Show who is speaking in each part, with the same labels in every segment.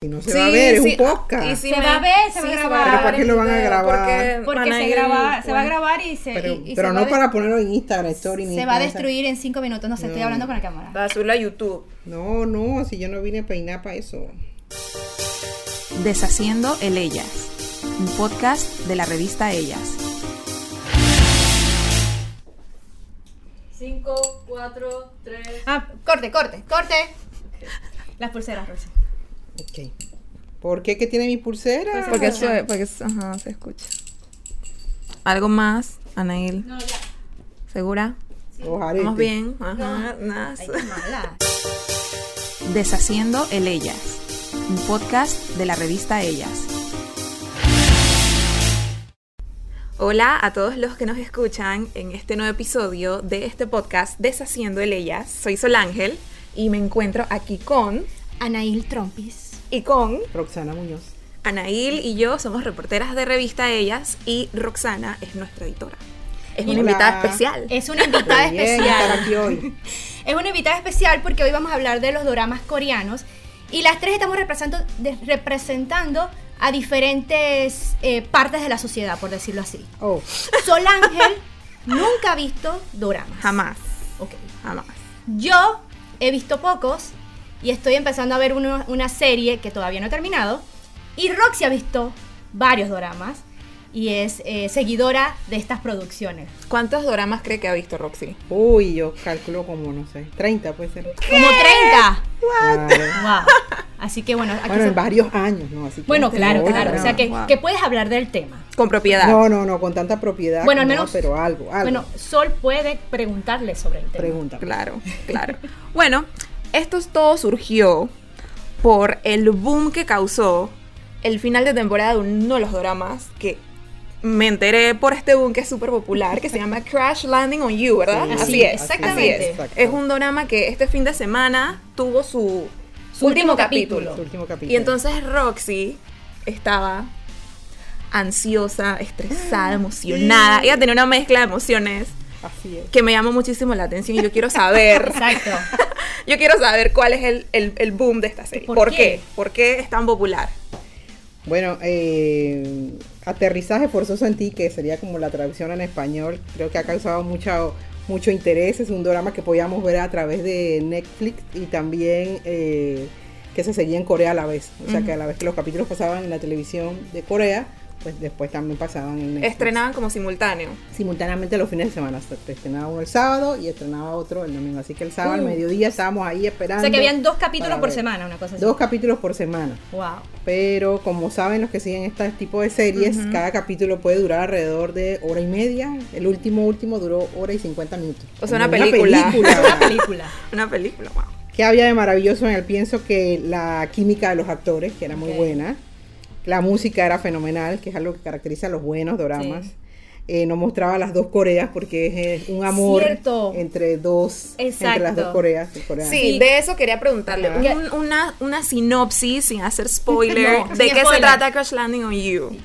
Speaker 1: si no se va a ver,
Speaker 2: ah,
Speaker 1: es un podcast.
Speaker 3: Y si
Speaker 2: Se
Speaker 3: me-
Speaker 2: va a ver, se va a grabar.
Speaker 1: Pero ¿para qué lo van a
Speaker 3: en video,
Speaker 1: grabar?
Speaker 3: Porque,
Speaker 2: Porque
Speaker 3: van a
Speaker 2: se,
Speaker 3: ir-
Speaker 2: graba, se va a
Speaker 3: bueno.
Speaker 2: grabar y se.
Speaker 1: Pero,
Speaker 2: y- y
Speaker 1: pero
Speaker 2: se
Speaker 1: no
Speaker 2: va a-
Speaker 1: para ponerlo en Instagram, Story, ni
Speaker 2: Se va a
Speaker 1: nada.
Speaker 2: destruir en cinco minutos. No sé, estoy hablando con la cámara.
Speaker 4: Ah.
Speaker 3: Va a subirlo a YouTube.
Speaker 1: No, no, si yo no vine a peinar para eso.
Speaker 5: Deshaciendo el Ellas, un podcast de la revista Ellas.
Speaker 6: 5, 4, 3.
Speaker 2: Ah, corte, corte, corte. Las pulseras, Roxy.
Speaker 1: Ok. ¿Por qué que tiene mi
Speaker 2: Pues
Speaker 1: pulsera?
Speaker 4: Porque, se, porque se- ajá, se escucha. ¿Algo más, Anail? No, ya. ¿Segura?
Speaker 1: Ojalá.
Speaker 4: ¿Estamos bien? Ajá, nada.
Speaker 2: Ay, qué mala.
Speaker 5: Deshaciendo el Ellas, un podcast de la revista Ellas.
Speaker 4: Hola a todos los que nos escuchan en este nuevo episodio de este podcast Deshaciendo el Ellas. Soy Solángel y me encuentro aquí con
Speaker 2: Anail Trompis.
Speaker 4: y con
Speaker 1: Roxana Muñoz.
Speaker 4: Anail y yo somos reporteras de revista Ellas y Roxana es nuestra editora. Es
Speaker 1: Hola.
Speaker 4: una invitada especial.
Speaker 2: Es una invitada
Speaker 1: Qué bien estar
Speaker 2: especial.
Speaker 1: aquí hoy.
Speaker 2: Es una invitada especial porque hoy vamos a hablar de los doramas coreanos. Y las tres estamos representando, de- representando a diferentes eh, partes de la sociedad, por decirlo así.
Speaker 1: Oh,
Speaker 2: Sol Ángel nunca ha visto doramas.
Speaker 4: Jamás,
Speaker 2: Ok.
Speaker 4: jamás.
Speaker 2: Yo he visto pocos y estoy empezando a ver uno- una serie que todavía no he terminado. Y Roxy ha visto varios doramas y es eh, seguidora de estas producciones.
Speaker 4: ¿Cuántos doramas cree que ha visto Roxy?
Speaker 1: uy, yo calculo como, no sé, 30 puede ser.
Speaker 2: ¡Como 30!
Speaker 1: Claro.
Speaker 2: ¡Wow! Así que bueno, aquí
Speaker 1: Bueno,
Speaker 2: se-
Speaker 1: en varios años, ¿no? Así que-
Speaker 2: Bueno, claro,
Speaker 1: Ahora,
Speaker 2: claro. O sea
Speaker 1: no.
Speaker 2: que,
Speaker 4: Wow.
Speaker 2: que puedes hablar del tema.
Speaker 4: Con propiedad.
Speaker 1: No, no, no, con tanta propiedad.
Speaker 2: Bueno, al
Speaker 1: no,
Speaker 2: menos-
Speaker 1: pero algo, algo.
Speaker 2: Bueno, Sol puede preguntarle sobre el tema.
Speaker 1: Pregunta.
Speaker 4: Claro, claro. bueno, esto todo surgió por el boom que causó el final de temporada de uno de los dramas que me enteré por este boom que es súper popular, que se llama Crash Landing on You, ¿verdad?
Speaker 1: Sí,
Speaker 4: así
Speaker 2: sí,
Speaker 4: es,
Speaker 2: exactamente.
Speaker 4: así es.
Speaker 1: Exacto.
Speaker 4: Es un drama que este fin de semana tuvo su,
Speaker 2: Su último capítulo.
Speaker 1: Su último capítulo.
Speaker 4: Y entonces Roxy estaba ansiosa,
Speaker 2: Ah,
Speaker 4: estresada, emocionada. Ella tenía una mezcla de emociones
Speaker 1: Así es.
Speaker 4: que me llamó muchísimo la atención y yo quiero saber
Speaker 2: Exacto.
Speaker 4: Yo quiero saber cuál es el, el- el boom de esta serie.
Speaker 2: ¿Por
Speaker 4: ¿Por,
Speaker 2: qué?
Speaker 4: qué? ¿Por qué es tan popular?
Speaker 1: Bueno, eh, aterrizaje forzoso en ti, que sería como la traducción en español, creo que ha causado mucho, mucho interés. Es un drama que podíamos ver a través de Netflix y también eh, que se seguía en Corea a la vez. O sea, que a la vez que los capítulos pasaban en la televisión de Corea, pues después también pasaban en Netflix.
Speaker 4: Estrenaban como simultáneo.
Speaker 1: simultáneamente los fines de semana. Se estrenaba uno el sábado y estrenaba otro el domingo. Así que el sábado al mediodía estábamos ahí
Speaker 2: Uh. O
Speaker 1: esperando.
Speaker 2: sea que habían dos capítulos
Speaker 1: para
Speaker 2: por
Speaker 1: ver.
Speaker 2: semana, una cosa así.
Speaker 1: Dos capítulos por semana.
Speaker 2: Wow.
Speaker 1: Pero como saben los que siguen este tipo de series, cada capítulo puede durar alrededor de hora y media. El último último duró hora y 50 minutos.
Speaker 4: O sea, una
Speaker 1: Como
Speaker 4: película.
Speaker 2: Una película.
Speaker 4: Una película, wow.
Speaker 1: ¿Qué había de maravilloso en el pienso que la química de los actores, que era muy
Speaker 2: Ok.
Speaker 1: buena? La música era fenomenal, que es algo que caracteriza a los buenos doramas.
Speaker 2: Sí.
Speaker 1: Eh, no mostraba las dos Coreas porque es eh, un amor
Speaker 2: Cierto.
Speaker 1: entre dos, entre las
Speaker 2: Exacto.
Speaker 1: dos Coreas. y coreanas.
Speaker 4: Sí, de eso quería preguntarle.
Speaker 1: Ajá.
Speaker 4: Un- una, una sinopsis, sin hacer spoiler,
Speaker 2: No,
Speaker 4: de
Speaker 2: sin
Speaker 4: qué
Speaker 2: spoiler.
Speaker 4: se trata Crash Landing on You.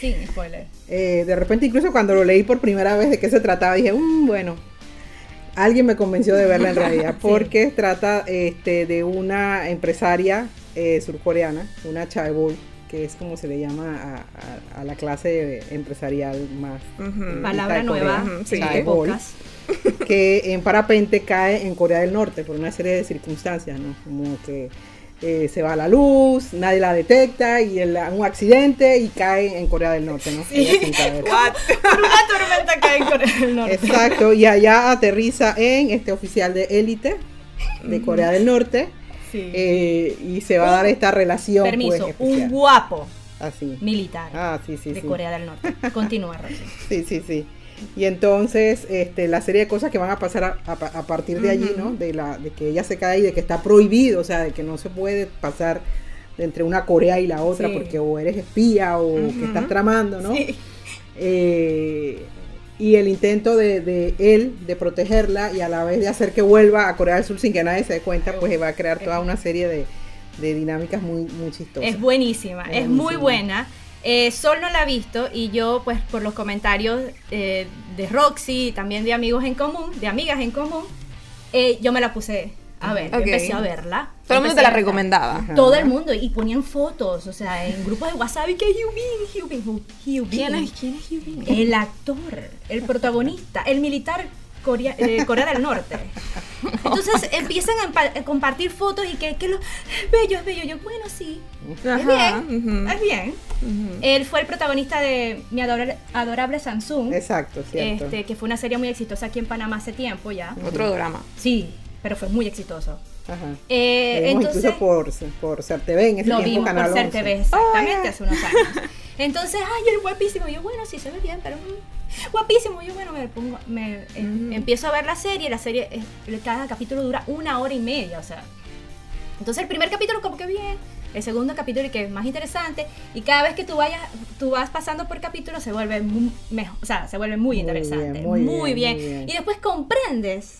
Speaker 2: Sin spoiler.
Speaker 1: Eh, de repente, incluso cuando lo leí por primera vez de qué se trataba, dije, "Mm, bueno, alguien me convenció de verla en realidad, porque trata este, de una empresaria eh, surcoreana, una chaebol, que es como se le llama a, a- a la clase empresarial más.
Speaker 4: Ujú.
Speaker 1: eh,
Speaker 2: Palabra
Speaker 1: de Corea,
Speaker 2: nueva.
Speaker 4: Ujú, sí.
Speaker 2: en este
Speaker 1: Chaebol,
Speaker 2: podcast.
Speaker 1: que en parapente cae en Corea del Norte por una serie de circunstancias, ¿no? Como que eh, se va la luz, nadie la detecta y el- un accidente y cae en Corea del Norte, ¿no? Ella sin saber.
Speaker 4: What?
Speaker 2: Por una tormenta cae en Corea del Norte.
Speaker 1: Exacto, y allá aterriza en este oficial de élite de Corea del Norte
Speaker 2: Sí.
Speaker 1: eh, y se va a dar esta relación. pues,
Speaker 2: Permiso, un
Speaker 1: especial.
Speaker 2: guapo
Speaker 1: Así.
Speaker 2: militar
Speaker 1: Ah, sí, sí,
Speaker 2: de
Speaker 1: sí.
Speaker 2: Corea del Norte. Continúa, Rosy.
Speaker 1: Sí, sí, sí. Y entonces, este, la serie de cosas que van a pasar a, a pa- a partir de allí, ¿no? De, la, de que ella se cae y de que está prohibido, o sea, de que no se puede pasar de entre una Corea y la otra
Speaker 4: Sí.
Speaker 1: porque o eres espía o que estás tramando, ¿no? Eh, y el intento de, de él de protegerla y a la vez de hacer que vuelva a Corea del Sur sin que nadie se dé cuenta, pues va a crear toda una serie de, de dinámicas muy, muy chistosas.
Speaker 2: Es buenísima, es
Speaker 1: Buenísima.
Speaker 2: muy buena. Eh, Sol no la ha visto y yo, pues, por los comentarios eh, de Roxy y también de amigos en común, de amigas en común, eh, yo me la puse a ver, yo
Speaker 4: Ok.
Speaker 2: empecé a verla.
Speaker 4: Todo el mundo
Speaker 2: Empecé
Speaker 4: te
Speaker 2: a
Speaker 4: la
Speaker 2: verla.
Speaker 4: recomendaba.
Speaker 1: Ajá.
Speaker 2: Todo el mundo, y ponían fotos, o sea, en grupos de WhatsApp, y que Hyubin, Hyubin, Hu- Hyubin.
Speaker 4: ¿Quién es, quién es Hyun Bin?
Speaker 2: El actor, el protagonista, el militar Corea, de Corea del Norte. Entonces empiezan a, empa- a compartir fotos y que, que lo, es bello, es bello. Yo, bueno, sí, es
Speaker 4: Ajá,
Speaker 1: Mm.
Speaker 2: bien,
Speaker 4: ujú,
Speaker 2: es bien.
Speaker 4: ujú.
Speaker 2: Él fue el protagonista de Mi Adora- Adorable Samsung,
Speaker 1: Exacto, cierto. Mm.
Speaker 2: este, que fue una serie muy exitosa aquí en Panamá hace tiempo ya.
Speaker 4: Otro drama.
Speaker 2: Sí, pero fue muy exitoso.
Speaker 1: Ajá.
Speaker 2: Eh,
Speaker 1: Lo vimos
Speaker 2: entonces,
Speaker 1: incluso por, por CERTV en ese
Speaker 2: lo
Speaker 1: tiempo,
Speaker 2: vimos
Speaker 1: Canal Oh,
Speaker 2: por ser
Speaker 1: 11.
Speaker 2: TV, exactamente, hace unos años. Entonces, ay, el guapísimo. Yo, bueno, sí se ve bien, pero mm, guapísimo. Yo, bueno, me pongo, me eh,
Speaker 1: Mm.
Speaker 4: Ujú.
Speaker 2: empiezo a ver la serie. La serie, eh, cada capítulo dura una hora y media, o sea. Entonces, el primer capítulo, como que bien. El segundo capítulo, que es más interesante. Y cada vez que tú vayas, tú vas pasando por capítulo, se vuelve muy, mejor, o sea, se vuelve muy,
Speaker 1: Muy
Speaker 2: interesante.
Speaker 1: bien,
Speaker 2: muy,
Speaker 1: muy
Speaker 2: bien,
Speaker 1: bien, muy bien.
Speaker 2: Y después comprendes.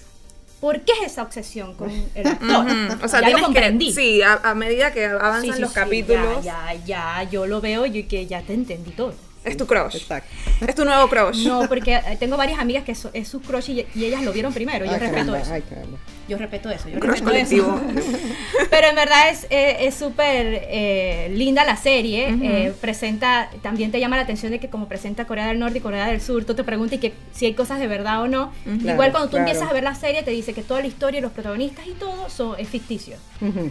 Speaker 2: ¿Por qué es esa obsesión con el actor?
Speaker 4: Ujú, O sea,
Speaker 2: Ya lo
Speaker 4: tienes
Speaker 2: comprendí.
Speaker 4: que. Sí, a, a medida que avanzan
Speaker 2: Sí, sí,
Speaker 4: los
Speaker 2: sí,
Speaker 4: capítulos,
Speaker 2: Ya, ya, ya, yo lo veo y que ya te entendí todo.
Speaker 4: es tu crush.
Speaker 1: Exacto.
Speaker 4: Es tu nuevo crush.
Speaker 2: No, porque eh, tengo varias amigas que so- es su crush y, y ellas lo vieron primero.
Speaker 4: Ah,
Speaker 2: Yo
Speaker 1: Ay,
Speaker 2: respeto
Speaker 1: caramba,
Speaker 2: eso.
Speaker 1: ay, caramba.
Speaker 2: Yo respeto eso. Yo
Speaker 4: Un crush
Speaker 2: respeto
Speaker 4: colectivo.
Speaker 2: eso. Pero en verdad es eh, es súper eh, linda la serie.
Speaker 4: Ujú.
Speaker 2: eh, presenta, también te llama la atención de que como presenta Corea del Norte y Corea del Sur, tú te preguntas y que si hay cosas de verdad o no.
Speaker 4: Ujú.
Speaker 2: Igual
Speaker 1: Claro,
Speaker 2: cuando tú
Speaker 1: claro.
Speaker 2: empiezas a ver la serie te dice que toda la historia, y los protagonistas y todo son, es ficticio.
Speaker 1: Ujú.
Speaker 2: Pero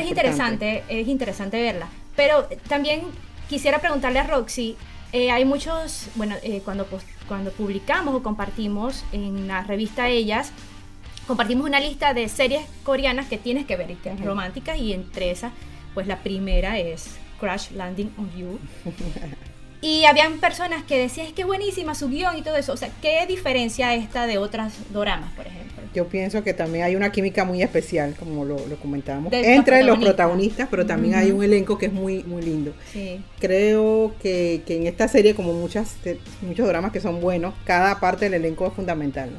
Speaker 2: es
Speaker 1: Importante.
Speaker 2: interesante, es interesante verla. Pero también quisiera preguntarle a Roxy, eh, hay muchos, bueno, eh, cuando, pos- cuando publicamos o compartimos en la revista Ellas, compartimos una lista de series coreanas que tienes que ver y que es
Speaker 1: Ujú.
Speaker 2: romántica y entre esas, pues la primera es Crash Landing on You. Y habían personas que decían, es que buenísima su guión y todo eso. O sea, ¿qué diferencia esta de otras doramas, por ejemplo?
Speaker 1: Yo pienso que también hay una química muy especial, como lo, lo comentábamos,
Speaker 2: Del
Speaker 1: entre los
Speaker 2: protagonista.
Speaker 1: protagonistas, pero también hay un elenco que es muy, muy lindo.
Speaker 2: Sí.
Speaker 1: Creo que, que en esta serie, como muchas, te- muchos dramas que son buenos, cada parte del elenco es fundamental. ¿no?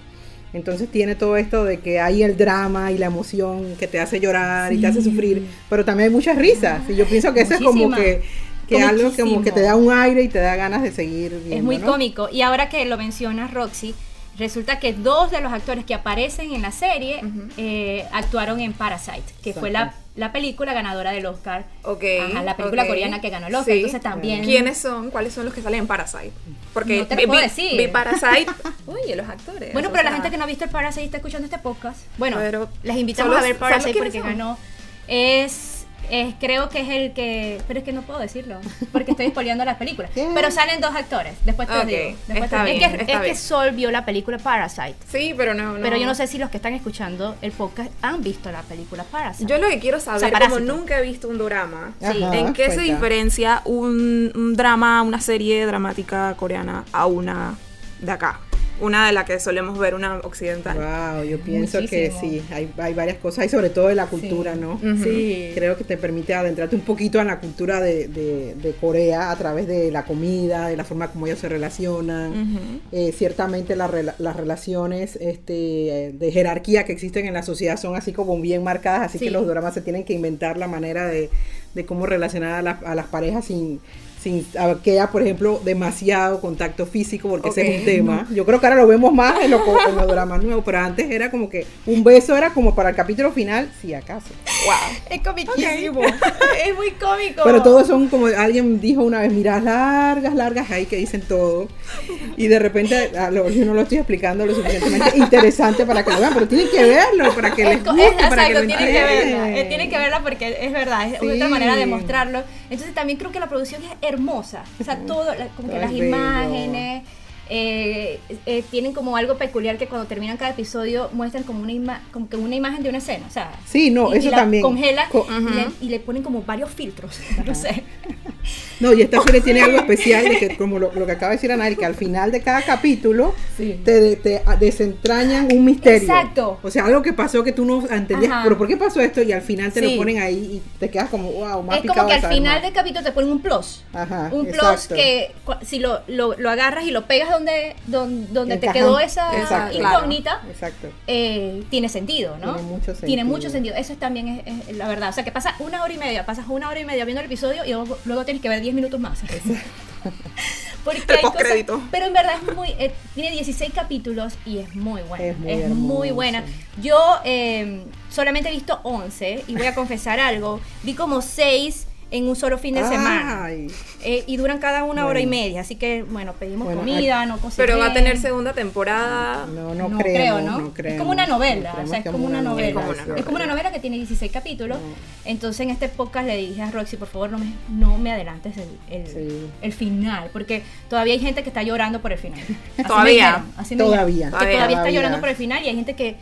Speaker 1: Entonces tiene todo esto de que hay el drama y la emoción que te hace llorar y te hace sufrir, pero también hay muchas risas. Y yo pienso que eso es como
Speaker 2: Muchísimas.
Speaker 1: que, que algo como que te
Speaker 2: Muchísimo.
Speaker 1: da un aire y te da ganas de seguir viendo.
Speaker 2: es muy
Speaker 1: ¿no?
Speaker 2: cómico. Y ahora que lo mencionas, Roxy, resulta que dos de los actores que aparecen en la serie
Speaker 4: Ujú.
Speaker 2: eh, actuaron en Parasite, que fue la,
Speaker 1: Exacto.
Speaker 2: la película ganadora del Oscar.
Speaker 4: Ok.
Speaker 2: Ajá, la película
Speaker 4: ok.
Speaker 2: coreana que ganó el Oscar.
Speaker 4: Sí.
Speaker 2: Entonces también.
Speaker 4: ¿Quiénes son? ¿Cuáles son los que salen en Parasite? Porque
Speaker 2: No te lo
Speaker 4: vi,
Speaker 2: puedo
Speaker 4: vi-
Speaker 2: decir.
Speaker 4: vi Parasite. Uy, los actores.
Speaker 2: Bueno,
Speaker 4: o
Speaker 2: pero la
Speaker 4: sea,
Speaker 2: gente que no ha visto el Parasite y está escuchando este podcast. Bueno,
Speaker 4: Pero
Speaker 2: les invitamos a
Speaker 4: solo-
Speaker 2: ver
Speaker 4: ¿sabes
Speaker 2: Parasite
Speaker 4: quiénes
Speaker 2: porque
Speaker 4: son?
Speaker 2: ganó. Es, es- creo que es el que, pero es que no puedo decirlo porque estoy spoileando las películas.
Speaker 1: ¿Qué?
Speaker 2: Pero salen dos actores. Después te
Speaker 4: Ok,
Speaker 2: digo. Después
Speaker 4: está
Speaker 2: te-
Speaker 4: bien,
Speaker 2: es que,
Speaker 4: está
Speaker 2: es que
Speaker 4: bien.
Speaker 2: Sol vio la película Parasite.
Speaker 4: Sí, pero no,
Speaker 2: Pero yo no sé si los que están escuchando el podcast han visto la película Parasite.
Speaker 4: Yo lo que quiero saber, como
Speaker 2: parásito.
Speaker 4: nunca he visto un drama,
Speaker 1: Ajá,
Speaker 4: ¿en qué se
Speaker 1: Ah, cuenta.
Speaker 4: diferencia un, un drama, una serie dramática coreana a una de acá? Una de la que solemos ver, una occidental.
Speaker 1: Wow, yo pienso que sí,
Speaker 2: Muchísimo.
Speaker 1: hay, hay varias cosas, y sobre todo de la cultura, ¿no?
Speaker 4: Ujú.
Speaker 1: Creo que te permite adentrarte un poquito en la cultura de, de- de Corea a través de la comida, de la forma como ellos se relacionan.
Speaker 4: Ujú.
Speaker 1: Eh, ciertamente la rela- las relaciones este, eh, de jerarquía que existen en la sociedad son así como bien marcadas, así
Speaker 2: Sí.
Speaker 1: que los dramas se tienen que inventar la manera de, de cómo relacionar a, las- a las parejas sin, sin a- que haya, por ejemplo, demasiado contacto físico, porque ese es
Speaker 4: Ok.
Speaker 1: un tema. Yo creo que ahora lo vemos más en, lo co- en los dramas nuevos, pero antes era como que un beso era como para el capítulo final, si acaso.
Speaker 4: Wow.
Speaker 2: Es comiquísimo. es muy cómico.
Speaker 1: Pero todos son como alguien dijo una vez, miras largas, largas ahí que dicen todo. Y de repente, a lo- yo no lo estoy explicando lo suficientemente interesante para que lo vean, pero tienen que verlo, para que
Speaker 2: Es
Speaker 1: les
Speaker 2: co-
Speaker 1: guste,
Speaker 2: es-
Speaker 1: para que
Speaker 2: exacto,
Speaker 1: lo
Speaker 2: tienen que verla. eh,
Speaker 1: entiendan.
Speaker 2: tienen que verla porque es verdad, es
Speaker 1: Sí.
Speaker 2: otra manera de mostrarlo. Entonces también creo que la producción es hermosa. O sea, todo, la- como que
Speaker 1: Ay,
Speaker 2: las
Speaker 1: bello.
Speaker 2: imágenes. eh, eh, tienen como algo peculiar que cuando terminan cada episodio muestran como una, ima- como que una imagen de una escena, o sea,
Speaker 1: Sí, no,
Speaker 2: y- y
Speaker 1: eso
Speaker 2: la
Speaker 1: también.
Speaker 2: congelan
Speaker 1: Co-
Speaker 2: y, le, y le ponen como varios filtros, no sé.
Speaker 1: No, y esta serie tiene algo especial, de que, como lo, lo que acaba de decir Anael, que al final de cada capítulo te, de- te a- desentrañan un misterio.
Speaker 2: Exacto.
Speaker 1: O sea, algo que pasó que tú no entendías,
Speaker 2: Ajá.
Speaker 1: pero ¿por qué pasó esto? Y al final te
Speaker 4: Sí.
Speaker 1: lo ponen ahí y te quedas como, wow, más
Speaker 2: Es como
Speaker 1: picado
Speaker 2: que
Speaker 1: de
Speaker 2: al
Speaker 1: saber
Speaker 2: final
Speaker 1: más".
Speaker 2: del capítulo te ponen un plus.
Speaker 1: Ajá,
Speaker 2: un plus
Speaker 1: exacto.
Speaker 2: que cua- si lo, lo, lo agarras y lo pegas donde, don- donde, te
Speaker 1: Encajan.
Speaker 2: quedó esa
Speaker 1: Exacto.
Speaker 2: incógnita,
Speaker 1: Exacto.
Speaker 2: eh, tiene sentido, ¿no?
Speaker 1: Tiene mucho
Speaker 2: Tiene
Speaker 1: sentido.
Speaker 2: mucho sentido. Eso es también es, es la verdad. O sea, que pasas una hora y media, pasas una hora y media viendo el episodio y luego, luego tienes que ver 10 minutos más. Porque
Speaker 4: El
Speaker 2: hay cosas-
Speaker 4: postcrédito.
Speaker 2: pero en verdad es muy. eh, tiene 16 capítulos y es muy buena.
Speaker 1: Es
Speaker 2: Es
Speaker 1: muy
Speaker 2: muy,
Speaker 1: hermosa.
Speaker 2: buena. Yo eh, solamente he visto 11 y voy a confesar algo. Vi como 6 en un solo fin de semana.
Speaker 1: Ay.
Speaker 2: Eh, y duran cada una hora y
Speaker 1: Ah. Bueno.
Speaker 2: media. Así que, bueno, pedimos
Speaker 1: Bueno,
Speaker 2: comida, no cocinamos.
Speaker 4: Pero va a tener segunda temporada.
Speaker 1: No, no,
Speaker 2: no
Speaker 1: creo,
Speaker 2: creo, ¿no?
Speaker 1: creo.
Speaker 2: Es como una novela,
Speaker 1: No
Speaker 2: o
Speaker 1: creemos
Speaker 2: sea, es
Speaker 1: que
Speaker 2: como una novela.
Speaker 4: novela, es
Speaker 2: Es como
Speaker 1: cierto.
Speaker 2: una novela que tiene 16 capítulos.
Speaker 1: No.
Speaker 2: Entonces en este podcast le dije a Roxy, por favor, no me, no me adelantes el, el-
Speaker 1: Sí.
Speaker 2: el final, porque todavía hay gente que está llorando por el final. Así me
Speaker 4: Todavía.
Speaker 2: dijeron, así
Speaker 1: Todavía.
Speaker 2: me dijeron, que
Speaker 4: Todavía.
Speaker 2: todavía, está
Speaker 1: Todavía.
Speaker 2: llorando por el final y hay gente que,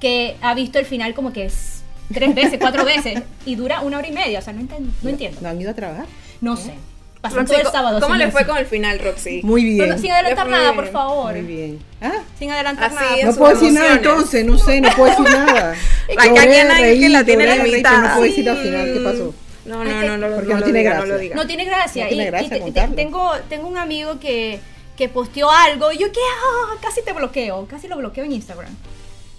Speaker 2: que ha visto el final como que es tres veces, cuatro veces y dura una hora y media, o sea, no, enten- no entiendo.
Speaker 1: ¿No han ido a trabajar?
Speaker 2: No sé. Pasó
Speaker 4: Roxy,
Speaker 2: todo el
Speaker 4: ¿cómo-
Speaker 2: sábado.
Speaker 4: ¿Cómo
Speaker 2: sin
Speaker 4: le fue
Speaker 2: decir.
Speaker 4: con el final, Roxy?
Speaker 1: Muy bien.
Speaker 2: Pero no- sin adelantar
Speaker 4: Le fue
Speaker 2: nada,
Speaker 4: bien.
Speaker 2: por favor.
Speaker 1: Muy bien. Ah,
Speaker 2: Sin adelantar
Speaker 4: Así
Speaker 2: nada.
Speaker 4: es.
Speaker 1: no
Speaker 4: sus
Speaker 1: puedo decir nada
Speaker 4: emociones.
Speaker 1: entonces, no sé, no puedo decir nada.
Speaker 4: Acá
Speaker 1: Lloré,
Speaker 4: hay alguien que
Speaker 1: reí,
Speaker 4: la tiene
Speaker 1: lloré, reí, pero
Speaker 4: limitada.
Speaker 1: No puedo decir al final qué pasó.
Speaker 4: No,
Speaker 2: Ay,
Speaker 4: no,
Speaker 2: que-
Speaker 4: no, no, lo-
Speaker 1: Porque
Speaker 4: no
Speaker 1: no
Speaker 4: lo
Speaker 1: tiene
Speaker 4: diga, no lo
Speaker 1: gracia.
Speaker 4: diga.
Speaker 2: No tiene gracia.
Speaker 1: No tiene
Speaker 2: y- y
Speaker 1: gracia
Speaker 2: te- te-
Speaker 1: contarlo.
Speaker 2: tengo, tengo un amigo que, que posteó algo y yo que ah, casi te bloqueo, casi lo bloqueo en Instagram.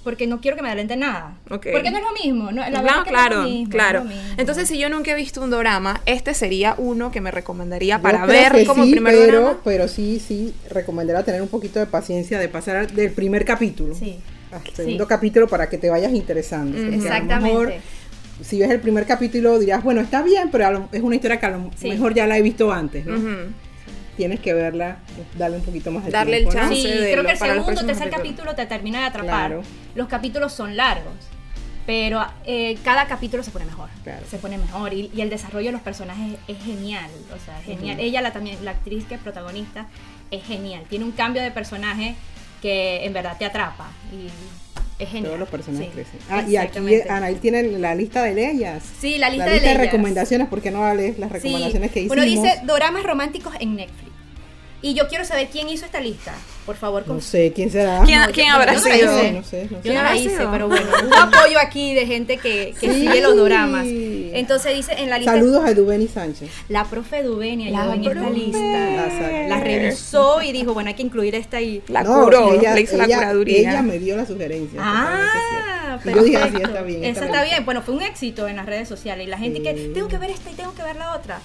Speaker 2: Porque no quiero que me adelante nada.
Speaker 4: Ok.
Speaker 2: Porque no es lo mismo. No, la
Speaker 4: No,
Speaker 2: verdad que no es
Speaker 4: claro,
Speaker 2: lo mismo,
Speaker 4: claro.
Speaker 2: no es lo mismo.
Speaker 4: Entonces, si yo nunca he visto un drama, este sería uno que me recomendaría
Speaker 1: Yo
Speaker 4: para
Speaker 1: creo
Speaker 4: ver
Speaker 1: que
Speaker 4: como
Speaker 1: sí,
Speaker 4: primer
Speaker 1: pero,
Speaker 4: drama.
Speaker 1: pero sí, sí, recomendará tener un poquito de paciencia de pasar al- del primer capítulo
Speaker 2: Sí.
Speaker 1: al segundo
Speaker 2: Sí.
Speaker 1: capítulo para que te vayas interesando.
Speaker 4: Ujú.
Speaker 1: Porque a lo mejor,
Speaker 2: Exactamente.
Speaker 1: si ves el primer capítulo dirás, bueno, está bien, pero a lo- es una historia que a lo
Speaker 2: Sí.
Speaker 1: mejor ya la he visto antes, ¿no?
Speaker 4: Ujú.
Speaker 1: Tienes que verla, darle un poquito más de
Speaker 4: Darle el
Speaker 1: tiempo, ¿no?
Speaker 4: chance.
Speaker 2: Sí,
Speaker 4: de
Speaker 2: creo
Speaker 4: lo-
Speaker 2: que el
Speaker 4: para los
Speaker 2: segundo o
Speaker 4: próximos
Speaker 2: tercer
Speaker 4: capítulos.
Speaker 2: capítulo te termina de atrapar.
Speaker 1: Claro.
Speaker 2: Los capítulos son largos, pero eh, cada capítulo se pone mejor.
Speaker 1: Claro.
Speaker 2: Se pone mejor y, y el desarrollo de los personajes es genial. O sea, es genial. Ella, la, también, la actriz que es protagonista, es genial. Tiene un cambio de personaje que en verdad te atrapa. Y es genial.
Speaker 1: Todos los personajes
Speaker 2: Sí,
Speaker 1: crecen. Ah, y aquí
Speaker 2: exactamente.
Speaker 1: Anael tiene la lista de leyes.
Speaker 2: Sí, la lista
Speaker 1: la
Speaker 2: de
Speaker 1: lista de,
Speaker 2: leyes.
Speaker 1: recomendaciones, porque no hables las
Speaker 2: Sí,
Speaker 1: recomendaciones que hicimos.
Speaker 2: Uno dice doramas románticos en Netflix. Y yo quiero saber quién hizo esta lista. Por favor,
Speaker 1: no
Speaker 2: con-
Speaker 1: sé quién será.
Speaker 4: ¿Quién,
Speaker 2: No, yo-
Speaker 4: quién
Speaker 2: yo
Speaker 4: habrá
Speaker 2: no
Speaker 1: sé,
Speaker 4: sido?
Speaker 1: no sé, no sé, no sé.
Speaker 2: Yo no la
Speaker 4: ¿Quién
Speaker 2: hice,
Speaker 4: habrá sido?
Speaker 2: pero bueno, un apoyo aquí de gente que, que
Speaker 1: Sí.
Speaker 2: sigue los doramas. Entonces dice en la lista
Speaker 1: Saludos a Dubeni Sánchez.
Speaker 2: la profe Duvenia
Speaker 4: La
Speaker 2: llegó en esta
Speaker 4: profe.
Speaker 1: La
Speaker 2: lista.
Speaker 1: saqué.
Speaker 2: La revisó y dijo, bueno, hay que incluir esta y
Speaker 4: La
Speaker 1: No,
Speaker 4: curó,
Speaker 1: ella-
Speaker 4: le hizo la
Speaker 1: ella-
Speaker 4: curaduría.
Speaker 1: Ella me dio la sugerencia.
Speaker 2: Ah,
Speaker 1: totalmente cierto. Y
Speaker 2: pero
Speaker 1: Yo dije, así está bien.
Speaker 2: Esa
Speaker 1: me
Speaker 2: está
Speaker 1: gusta.
Speaker 2: bien. Bueno, fue un éxito en las redes sociales. Y la gente
Speaker 1: Sí.
Speaker 2: que tengo que ver esta y tengo que ver la otra.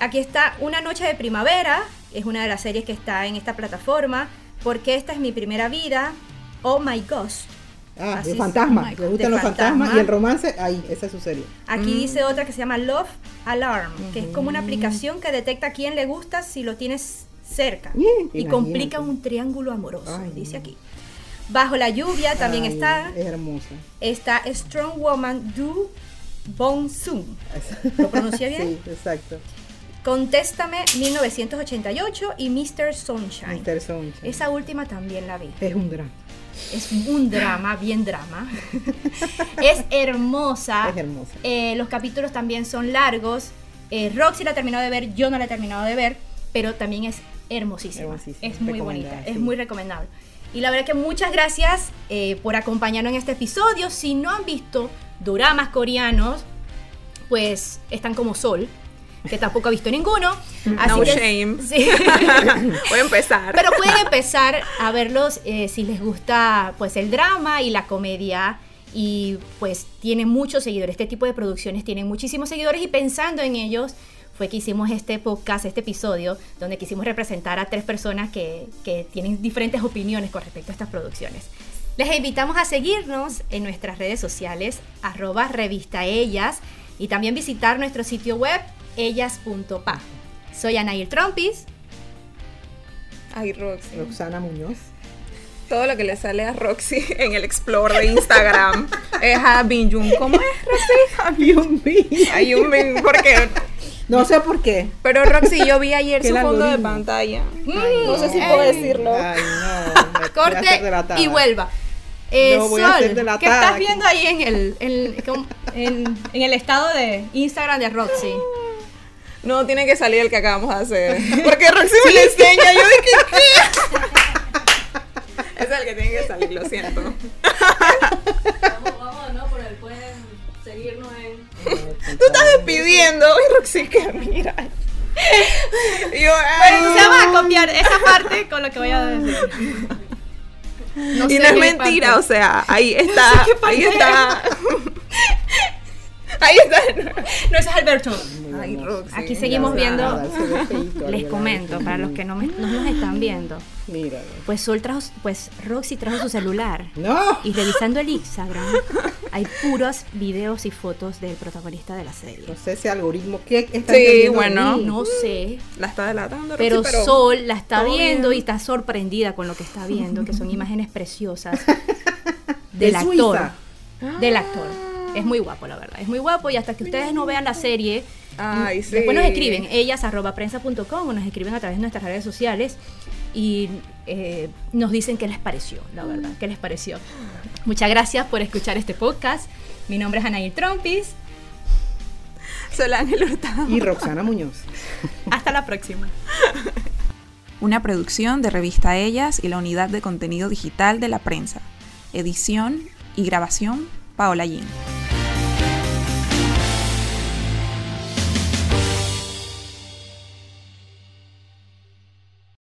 Speaker 2: Aquí está Una Noche de Primavera. Es una de las series que está en esta plataforma. Porque esta es mi primera vida. Oh my gosh.
Speaker 1: Ah,
Speaker 2: Así
Speaker 1: de
Speaker 2: es,
Speaker 1: fantasma.
Speaker 2: oh my
Speaker 1: Le
Speaker 2: God,
Speaker 1: gustan
Speaker 2: de
Speaker 1: los fantasmas
Speaker 2: fantasma.
Speaker 1: y el romance. Ahí, esa es su serie.
Speaker 2: Aquí dice otra que se llama Love Alarm, que es como una aplicación que detecta a quién le gusta si lo tienes cerca
Speaker 1: Bien,
Speaker 2: y
Speaker 1: imagínate.
Speaker 2: complica un triángulo amoroso,
Speaker 1: Ay,
Speaker 2: dice
Speaker 1: no.
Speaker 2: aquí. Bajo la lluvia también
Speaker 1: Ay, eh.
Speaker 2: está
Speaker 1: Es hermosa.
Speaker 2: está Strong Woman Do Bong Soon. ¿Lo pronuncié bien?
Speaker 1: Sí, exacto.
Speaker 2: Contéstame 1988 y Mr. Sunshine.
Speaker 1: Mr. Sunshine.
Speaker 2: Esa última también la vi.
Speaker 1: Es un drama.
Speaker 2: Es un drama, bien drama. es hermosa.
Speaker 1: Es hermosa.
Speaker 2: Eh, los capítulos también son largos. Eh, Roxy la terminó de ver, yo no la he terminado de ver, pero también es hermosísima.
Speaker 1: Hermosísima,
Speaker 2: es muy
Speaker 1: recomendada,
Speaker 2: bonita,
Speaker 1: sí.
Speaker 2: es muy recomendable. Y la verdad que muchas gracias eh, por acompañarnos en este episodio. Si no han visto doramas coreanos, pues están como Sol, que tampoco ha visto ninguno. Así
Speaker 4: No
Speaker 2: que-
Speaker 4: shame.
Speaker 2: Sí.
Speaker 4: Voy a empezar.
Speaker 2: Pero pueden empezar a verlos eh, si les gusta pues el drama y la comedia y pues tienen muchos seguidores. Este tipo de producciones tienen muchísimos seguidores y pensando en ellos fue que hicimos este podcast, este episodio, donde quisimos representar a tres personas que, que tienen diferentes opiniones con respecto a estas producciones. Les invitamos a seguirnos en nuestras redes sociales, arroba revista ellas, y también visitar nuestro sitio web, ellas.pa. Soy Anair Trompis.
Speaker 4: Ay, Roxy.
Speaker 1: Roxana Muñoz.
Speaker 4: Todo lo que le sale a Roxy en el Explore de Instagram es a Binjun. ¿Cómo es, Roxy? Hay un Bin, porque.
Speaker 1: No sé por qué.
Speaker 4: Pero Roxy, yo vi ayer
Speaker 1: Que
Speaker 4: su
Speaker 1: el
Speaker 4: fondo de
Speaker 1: algoritmo.
Speaker 4: pantalla.
Speaker 1: Ay,
Speaker 4: no sé si puedo decirlo.
Speaker 1: Ay, no. me- voy a hacer
Speaker 2: corte
Speaker 1: delatada.
Speaker 2: y vuelva. Eh,
Speaker 1: No voy a
Speaker 2: Sol,
Speaker 1: ser
Speaker 2: ¿qué
Speaker 1: delatada
Speaker 2: estás
Speaker 1: aquí.
Speaker 2: viendo ahí en el, en, como- en- en el estado de Instagram de Roxy?
Speaker 4: No, tiene que salir el que acabamos de hacer. Porque Roxy me lo enseña. Yo dije, ¿qué? Es el que tiene que salir, lo siento.
Speaker 6: Vamos, vamos, no, por el pueden seguirnos en.
Speaker 4: Tú estás despidiendo. Ay, Roxy, que mira. Yo, ah, ay,
Speaker 2: Bueno, entonces vamos a copiar esa parte con lo que voy a decir. No
Speaker 4: y
Speaker 2: sé
Speaker 4: no es
Speaker 2: qué
Speaker 4: mentira,
Speaker 2: parte.
Speaker 4: o sea, ahí está, ahí está. Ahí está.
Speaker 2: No, ese es Alberto.
Speaker 1: Muy
Speaker 4: Ay,
Speaker 1: hermoso.
Speaker 4: Roxy.
Speaker 2: Aquí seguimos
Speaker 1: La
Speaker 2: viendo.
Speaker 1: verdad, se ve feíto, la
Speaker 2: Les
Speaker 1: verdad,
Speaker 2: comento,
Speaker 1: sí.
Speaker 2: para los que no, me- no nos están viendo,
Speaker 1: Míralo.
Speaker 2: pues Sol trajo, pues Roxy trajo su celular.
Speaker 1: ¡No!
Speaker 2: Y revisando el Instagram, hay puros videos y fotos del protagonista de la serie.
Speaker 1: No sé ese algoritmo. ¿Qué está
Speaker 4: Sí,
Speaker 1: entendiendo de
Speaker 4: bueno.
Speaker 1: mí?
Speaker 2: No sé,
Speaker 4: La está delatando.
Speaker 2: pero
Speaker 4: Roxy,
Speaker 2: Sol la está
Speaker 4: todo
Speaker 2: viendo
Speaker 4: bien.
Speaker 2: y está sorprendida con lo que está viendo, que son imágenes preciosas del
Speaker 1: De
Speaker 2: actor.
Speaker 1: Suiza.
Speaker 2: Del actor. Es muy guapo, la verdad. Es muy guapo y hasta que ustedes no vean la serie,
Speaker 4: Ay, sí.
Speaker 2: Después nos escriben ellas arroba prensa.com o nos escriben a través de nuestras redes sociales y eh, nos dicen qué les pareció, la verdad, qué les pareció. Muchas gracias por escuchar este podcast. Mi nombre es Anaí Trompis.
Speaker 4: Solángel Hurtado.
Speaker 1: Y Roxana Muñoz.
Speaker 2: Hasta la próxima.
Speaker 5: Una producción de Revista Ellas y la unidad de contenido digital de la prensa. Edición y grabación, Paola Yin.